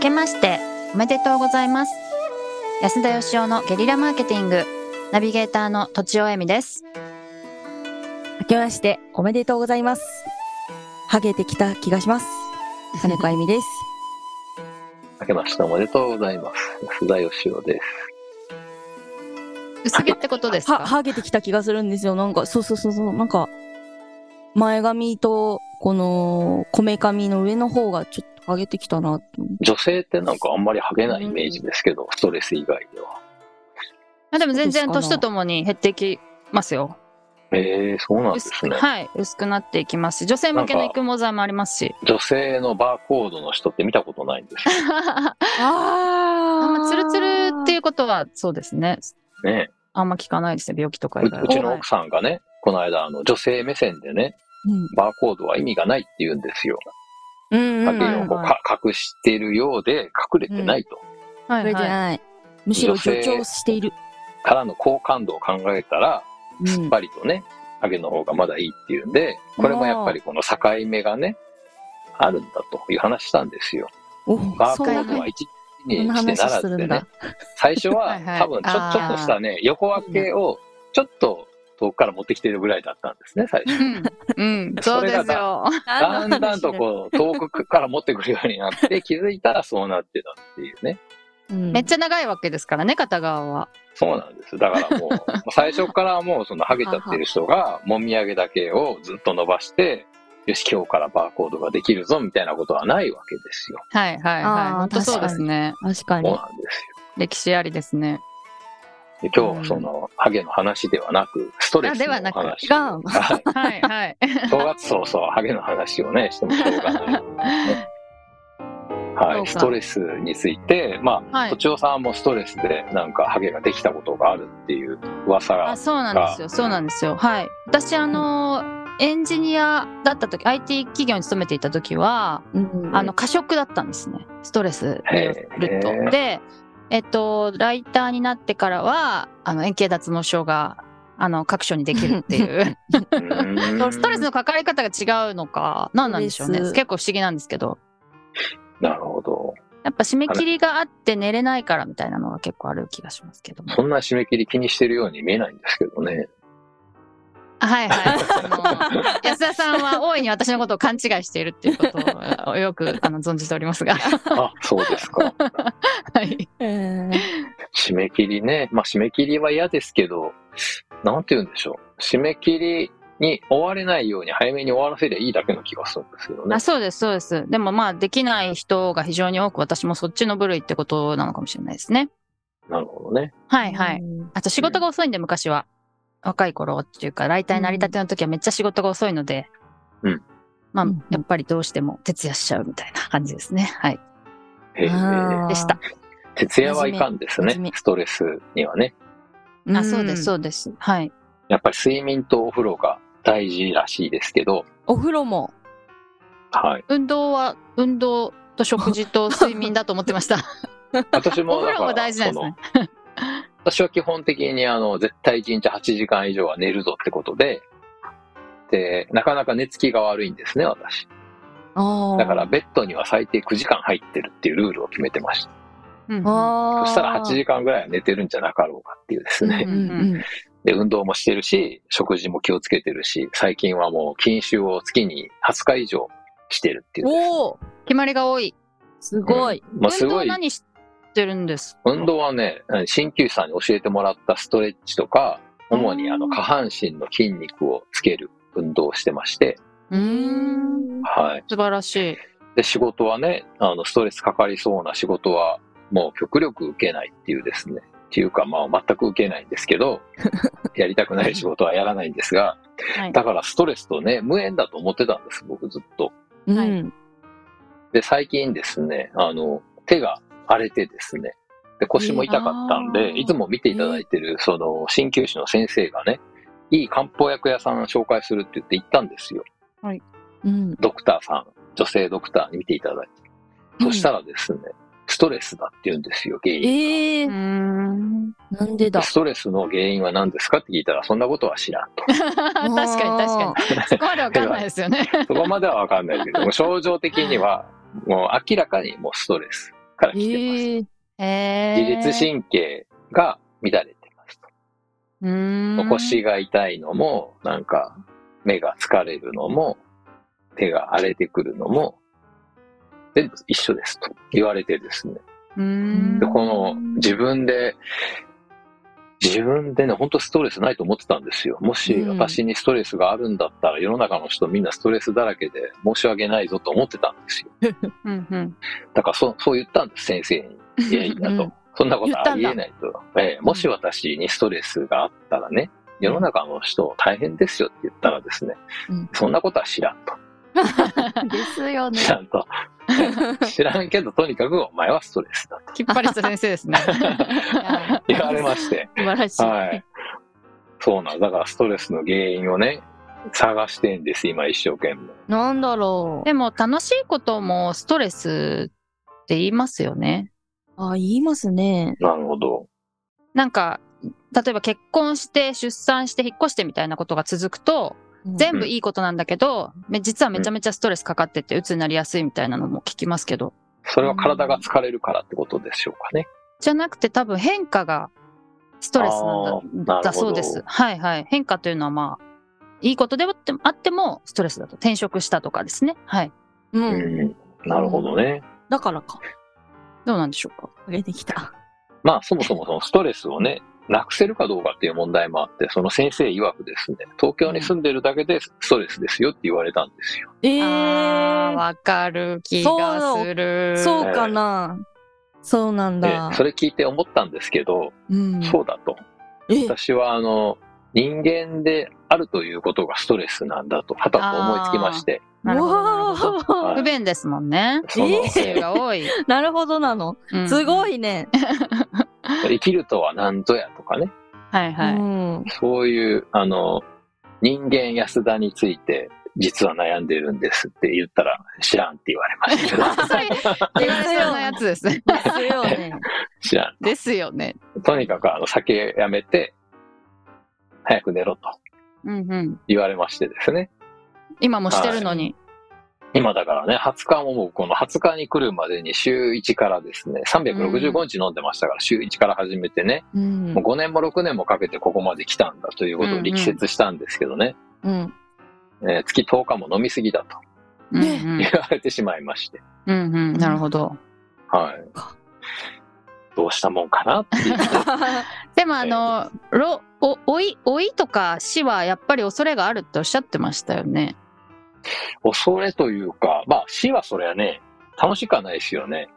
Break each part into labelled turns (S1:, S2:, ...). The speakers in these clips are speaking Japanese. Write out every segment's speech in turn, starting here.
S1: けましておめでとうございます安田義生のゲリラマーケティングナビゲーターのとちおえみです
S2: 明けましておめでとうございます。ハゲてきた気がします。金子あゆみです。
S3: 明けましておめでとうございます。安田義雄です。
S1: 薄毛ってことです
S2: は、
S1: か
S2: ハゲてきた気がするんですよ。なんか、そうそうそうそう、なんか、前髪と、この、こめかみの上の方がちょっとハゲてきたなと思って。
S3: 女性ってなんかあんまりハゲないイメージですけど、ストレス以外では。
S1: あでも全然
S2: そうで
S1: 年
S2: すかな
S1: とともに減ってきますよ
S3: えー、そうなんで
S1: 薄
S3: す
S1: く
S3: ね。
S1: はい薄くなっていきますし女性向けの
S3: なんか
S1: 育毛剤もありますし
S3: 女性のバーコードの人って見たことないんです
S1: あ
S2: あ。
S1: んまツルツルっていううことはそうですね
S3: よね。
S1: あんま聞かないですね病気とか
S3: う
S1: 以
S3: う
S1: 外 は
S3: ちの奥さんがね、この間あの女性目線でね、
S2: うん。
S3: バーコードは意味がないって言うんですよ。
S2: うん、う
S3: ハ
S2: ん。
S3: ゲをこう
S1: はい
S3: か隠してるようで隠れてないと。
S1: は
S2: そ
S1: い
S2: れじ
S1: は
S2: ゃ
S1: い
S2: ない。むしろ助長している。
S3: からの好感度を考えたら、
S2: うん
S3: すっぱりとね、ハゲの方がまだいいっていうんで、これもやっぱりこの境目がね、あるんだという話したんですよ。
S2: お
S3: バーコ
S2: そうな
S3: ー
S2: ん
S3: ド
S2: だ
S3: は。一日
S2: こん
S3: に
S2: な
S3: して
S2: 話
S3: なら
S2: す
S3: ず
S2: る
S3: で
S2: ん
S3: ね
S2: だ。、
S3: 最初は
S1: はいはい
S3: 多分ちょ
S1: あー
S3: ちょっとしたね、横分けをちょっと遠くから持ってきてるぐらいだったんですね、最初。
S1: うん、うん、そうです
S3: それ
S1: よ。
S3: だんだんとこう、遠くから持ってくるようになって、気づいたらそうなってたっていうね。
S2: うん。
S1: めっちゃ長いわけですからね、片側は。
S3: そうなんです。だからもう、もう 最初からもうそのハゲちゃってる人が、もみあげだけをずっと伸ばして、よし、今日からバーコードができるぞ、みたいなことはないわけですよ。
S1: はいはいはい。
S2: あー
S1: 本当そうですね。
S2: 確か
S3: そう
S2: に。
S3: なんですよ。
S1: 歴史ありですね。
S3: で今日はその、ハゲの話ではなく、ストレスのお
S1: あではなく
S3: 話。
S2: 違う
S3: はい
S1: はいはい。
S3: 正月早々、ハゲの話をね、してもしょうがない。は
S1: そう
S3: い、
S1: か
S3: ストレスについて、ま
S1: は
S3: あ、と
S1: い。
S3: ちおさんもストレスで、なんか、ハゲができたことがあるっていう噂が
S1: あ、、そうなんですよ。そうなんですよ。はい。私、あのー、エンジニアだった時、IT 企業に勤めていた時は、
S2: うん
S1: あの、過食だったんですね。ストレスによる
S3: へ
S1: と。
S3: ー
S1: で、えっと、ライターになってからは、あの、円形脱毛症が、あの、各所にできるっていう。
S3: うーん
S1: ストレスのかかり方が違うのか、何なんでしょうね。
S2: そうです
S1: 結構不思議なんですけど。
S3: なるほど。
S1: やっぱ締め切りがあって寝れないからみたいなのが結構ある気がしますけども。
S3: そんな締め切り気にしてるように見えないんですけ どね。
S1: はい はい。あの安田さんは大いに私のことを勘違いしているっていうことをよくあの存じております が。
S3: あ、そうですか。
S1: はい。
S2: うん
S3: 締め切りね。まあ、締め切りは嫌ですけど、なんて言うんでしょう。締め切りに終われないように早めに終わらせりゃいいだけの気がするんですけどね
S1: あ。そうですそうです。でもまあできない人が非常に多く私もそっちの部類ってことなのかもしれないですね。
S3: なるほどね。
S1: はいはい。。あと仕事が遅いんで昔は。若い頃っていうか、ライターになりたての時はめっちゃ仕事が遅いので。
S3: うん。
S1: まあ
S2: うんうん、
S1: やっぱりどうしても徹夜しちゃうみたいな感じですね。はい。
S3: へえ
S2: あー
S1: でした。
S3: 徹夜はいかんです
S2: 真面
S3: ね
S2: 目。
S3: ストレスにはね。
S1: あ、そうです、そうです。はい。
S3: やっぱり睡眠とお風呂が大事らしいですけど、
S2: お風呂も。
S3: はい。
S1: 運動は、運動と食事と睡眠だと思ってました。
S3: 私
S1: お
S3: も
S1: 風
S3: だ
S1: 呂
S3: か
S1: も
S3: ら、
S1: 大事なん
S3: そ
S1: です
S3: の
S1: ね。
S3: 私は基本的にあの、絶対1日8時間以上は寝るぞってことで、で、なかなか寝つきが悪いんですね、私。
S2: ああ。
S3: だから、ベッドには最低9時間入ってるっていうルールを決めてました。
S1: うん
S2: あ
S3: そ
S2: あ。
S3: したら8時間ぐらいは寝てるんじゃなかろうかっていうですね。
S2: うんうん
S3: で、運動もしてるし、食事も気をつけてるし、最近はもう禁酒を月に20日以上してるって
S2: う
S3: い
S2: ん。
S3: うですね。
S2: おお
S1: 決まりが多い。
S2: すごい。
S3: まあす
S1: 運動
S3: ご
S1: はい何してるんです
S3: 運動はね、鍼灸師さんに教えてもらったストレッチとか、主にあ
S1: う
S3: の
S1: ん
S3: 下半身の筋肉をつける運動をしてまして、
S1: うーん。
S3: はい。
S1: 素晴らしい。
S3: で、仕事はね、あの、ストレスかかりそうな仕事は、もう極力受けないっていうですね、っていうか、まあ、全く受けないんです けど、やりたくない仕事はやらないんですが、
S1: はい。
S3: だからストレスとね、無縁だと思ってたんです、僕ずっと。
S2: うん。
S1: はい
S2: うん
S3: で、最近ですね、あの、手が荒れてですね、で腰も痛かったん
S1: えーあ
S3: で、
S1: ー
S3: いつも見ていただいてる、その、鍼灸師の先生がね、いい漢方薬屋さん紹介するって言って行ったんですよ。
S2: うん。
S3: ドクターさん、女性ドクターに見ていただいて。そしたらですね、ストレスだって言うんですよ、原因。
S2: ええ
S1: うー。ん。
S2: なんで
S3: で
S2: だ。
S3: ストレスの原因は何ですかって聞いたら、そんなことは知 らんと。
S1: 確かに確か
S2: に。
S1: に。そこまでわかんないですよね。
S3: そこまではわかんないけど、もう症状的には、もう明らかにもうストレス。から来てます。
S2: ええ
S1: え
S3: 自律神経が乱れてますと。
S1: 神
S3: 腰が痛いのも、なんか、目が疲れるのも、手が荒れてくるのも、全部一緒ですと言われてですね。
S1: うん
S3: で、この自分で、自分でね、本当ストレスないと思ってたんですよ。もし
S2: うん
S3: 私にストレスがあるんだったら、世の中の人みんなストレスだらけで申し訳ないぞと思ってたんですよ。
S1: うんうん
S3: だからそ、そう言ったんです、先生に。いやいや
S2: うんう
S3: と
S2: ん。
S3: そんなことありえないと。ええもし私にストレスがあったらね、世の中の人大変ですよって言ったらですね、
S2: うん
S3: そんなことは知らんと。
S1: ですよね
S3: 知。らん と。知らんけど、とにかくお前はストレスだと
S1: きっぱりした先生 ですね。
S2: ー。
S3: 言われまして。
S2: 素晴らしい。
S3: はい。そうなんだからストレスの原因をね、探してんです、今一生懸命。
S2: なんだろう。
S1: でも楽しいこともストレスって言いますよね。
S2: あ、言いますね。
S3: なるほど。
S1: なんか、例えば結婚して出産して引っ越してみたいなことが続くと、全部いいことなんだけど、め実はめちゃめちゃストレスかかってて鬱になりやすいみたいなのも聞きますけど、
S3: それは体が疲れるからってことでしょうかね。
S1: じゃなくて多分変化がストレスなんだ
S3: あーなるほど
S1: だそうです。はいはい。変化というのはまあ、いいことではってあってもストレスだと。転職したとかですね。はい。
S2: うん。
S3: う
S2: うん、
S3: ん。なるほどね。
S2: だからか。
S1: どうなんでしょうか。
S2: 上げてきた。
S3: まあそもそもそのストレスをね、なくせるかどうかっていう問題もあって、その先生曰くですね、東京に住んでるだけでストレスですよって言われたんですよ。
S2: ええ
S1: あー
S2: ー。
S1: わかる気がする。
S2: そうかな。そうなん
S3: で
S2: だ。
S3: それ聞いて思ったんですけど、
S2: うん。
S3: そうだと。
S2: え、
S3: 私はあの、人間であるということがストレスなんだと、はたと思いつきまして、
S1: なるほどなるほど。
S2: わ
S3: はい
S1: 不便ですもんね。
S3: その、
S2: えー
S1: 種類が多い。
S2: ーなるほどなの。
S1: うん
S2: すご。いね。
S3: 生きるとは何ぞやとかね、
S1: はいは
S2: う
S1: い。
S2: ん。
S3: そういう、あの、人間安田について、実は悩んでるんですって言ったら、知らんって言われましたけ ど、
S1: それ、言われそうなやつですね。
S2: ですよね。
S3: 知ら
S1: ですよね。
S3: ん。とにかく、あの、酒やめて、早く寝ろと
S1: うんうん。
S3: 言われましてですね。
S1: 今もしてるのに。
S3: 今だからね、20日ももうこの20日に来るまでに週1からですね、365日飲んでましたから、週1から始めてね、
S2: うん
S3: もう。5年も6年もかけてここまで来たんだということを力説したんですけどね、
S2: うん。
S3: えー月10日も飲みすぎだと
S1: うん
S2: ね
S1: うん
S3: 言われてしまいまして。
S1: うんうん。なるほど。
S3: はい
S2: か。
S3: どうしたもんかなっていう。
S1: でもあの、ろ、お、老い、老いとか死はやっぱり恐れがあるっておっしゃってましたよね。
S3: 恐れというか、まあ死はそれはね、楽しくはないですよね。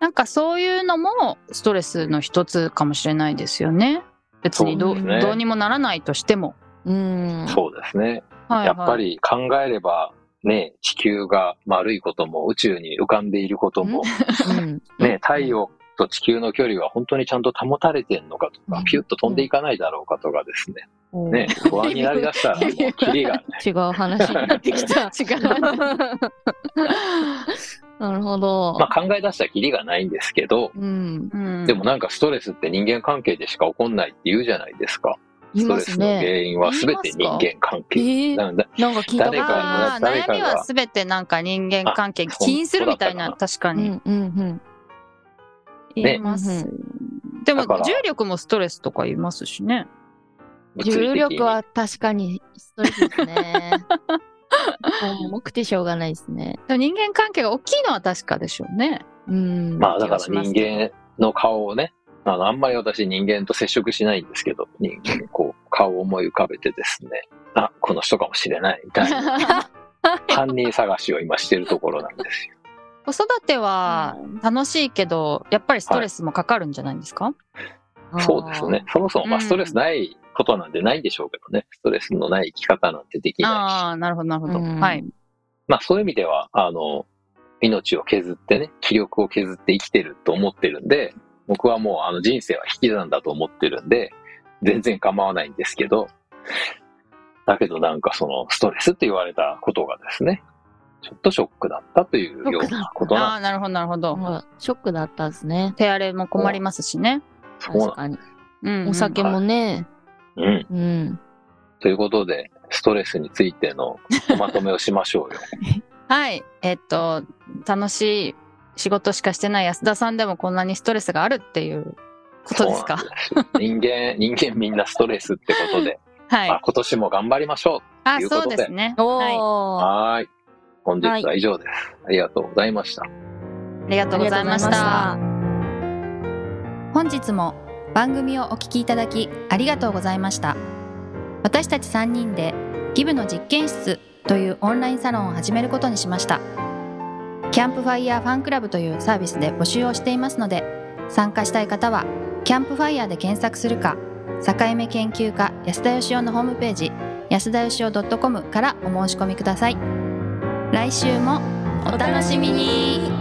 S1: なんかそういうのもストレスの一つかもしれないですよね。別にど
S2: そう
S1: う,、
S2: ですね
S1: どうにもならないとしても。
S2: うん。
S3: そうですね。
S1: はいはい、
S3: やっぱり考えれば、ね、地球が丸いことも宇宙に浮かんでいることも、
S2: うん。
S3: ね、太陽と地球の距離は本当にちゃんと保たれてんのかと
S2: う
S3: か
S2: ん、
S3: ピュッと飛んでいかないだろうかとかですね。
S2: おー
S3: ね、不安になり だしたら、もうキリがね、
S2: 違う話になってき た。
S1: 違 う
S2: なるほど。
S3: まあ考え出したらキリがないんですけど、
S2: うん。
S1: うん
S3: でもなんかストレスって人間関係でしか起こんないって言うじゃないですか。
S2: い
S3: スト
S2: ま
S3: レ
S2: す
S3: スの
S2: ね。
S3: 原因は全て人間関係。
S2: ええ
S3: なんだ
S2: なんか聞いたこと
S3: 誰か
S2: あ
S1: ああー
S3: 誰
S1: 悩
S3: かが
S1: みはすべてなんか人間関係
S3: あ
S1: 起因するみたいな
S3: そう
S1: 確か
S2: る。う
S1: に
S2: んうんうん。
S1: 言います、
S2: ね
S1: でも
S3: だから
S1: 重力もストレスとか言いますしね
S3: 物理
S4: 重
S3: 的に
S4: 力は確かにストレスです ね。重くてしょうがないですね。
S1: でも人間関係が大きいのは確かでしょうね
S2: うん。
S3: まあだか
S1: 気が
S3: ら
S1: します
S3: 人
S1: け
S3: 間の顔をね、あの、あんまり私人間と接触しないんですけど、人間こう、顔を思い浮かべてですね、あ、この人かもしれないみたいな犯人探しを今してるところなんですよ。
S1: 子育ては楽しいけどやっぱりストレスもかかるんじゃないですか、
S2: あー
S3: そうですね。。そもそもまあ
S1: うん
S3: ストレスないことなんてないんでしょうけどね、ストレスのない生き方なんてできないし、
S1: ああなるほどなるほど、
S2: うん
S1: はい
S3: まあそういう意味では、あの、命を削ってね、気力を削って生きてると思ってるんで、僕はもうあの人生は引き算だと思ってるんで、全然構わないんですけど、だけどなんかそのストレスって言われたことがですね、ちょっとショックだったというようなこと
S1: あ
S3: な
S1: あ
S3: ん
S1: なるほどなるほど、
S4: もうショックだったんですね。
S1: 手荒れも困りますしね、
S3: そうなん
S4: 確かに。
S1: うんうん
S4: お酒もね。
S3: うん。
S4: うん。
S3: ということで、ストレスについ てのおまとめをしましょうよ。
S1: はい。えっと、楽しい仕事しかしてない安田さんでもこんなにストレスがあるっていうことですか
S3: そうなんです人間、人間みんなストレスってことで、
S1: はい。
S3: まあ、今年も頑張りましょ
S1: あ、
S3: というこ
S1: そう
S3: とで
S1: ですね。
S2: お
S1: はい。あ
S2: ー。
S3: う。はーい。本日は以上です。ありがとうございました。
S1: りがとうございました。
S2: ありがとうございま
S1: 本日も番組をお聞きいただきありがとうございました私たち3人でギブの実験室というオンラインサロンを始めることにしましたキャンプファイヤーファンクラブというサービスで募集をしていますので参加したい方はキャンプファイヤーで検索するか境目研究家安田義雄のホームページ安田義雄 .com からお申し込みください来週もお楽しみに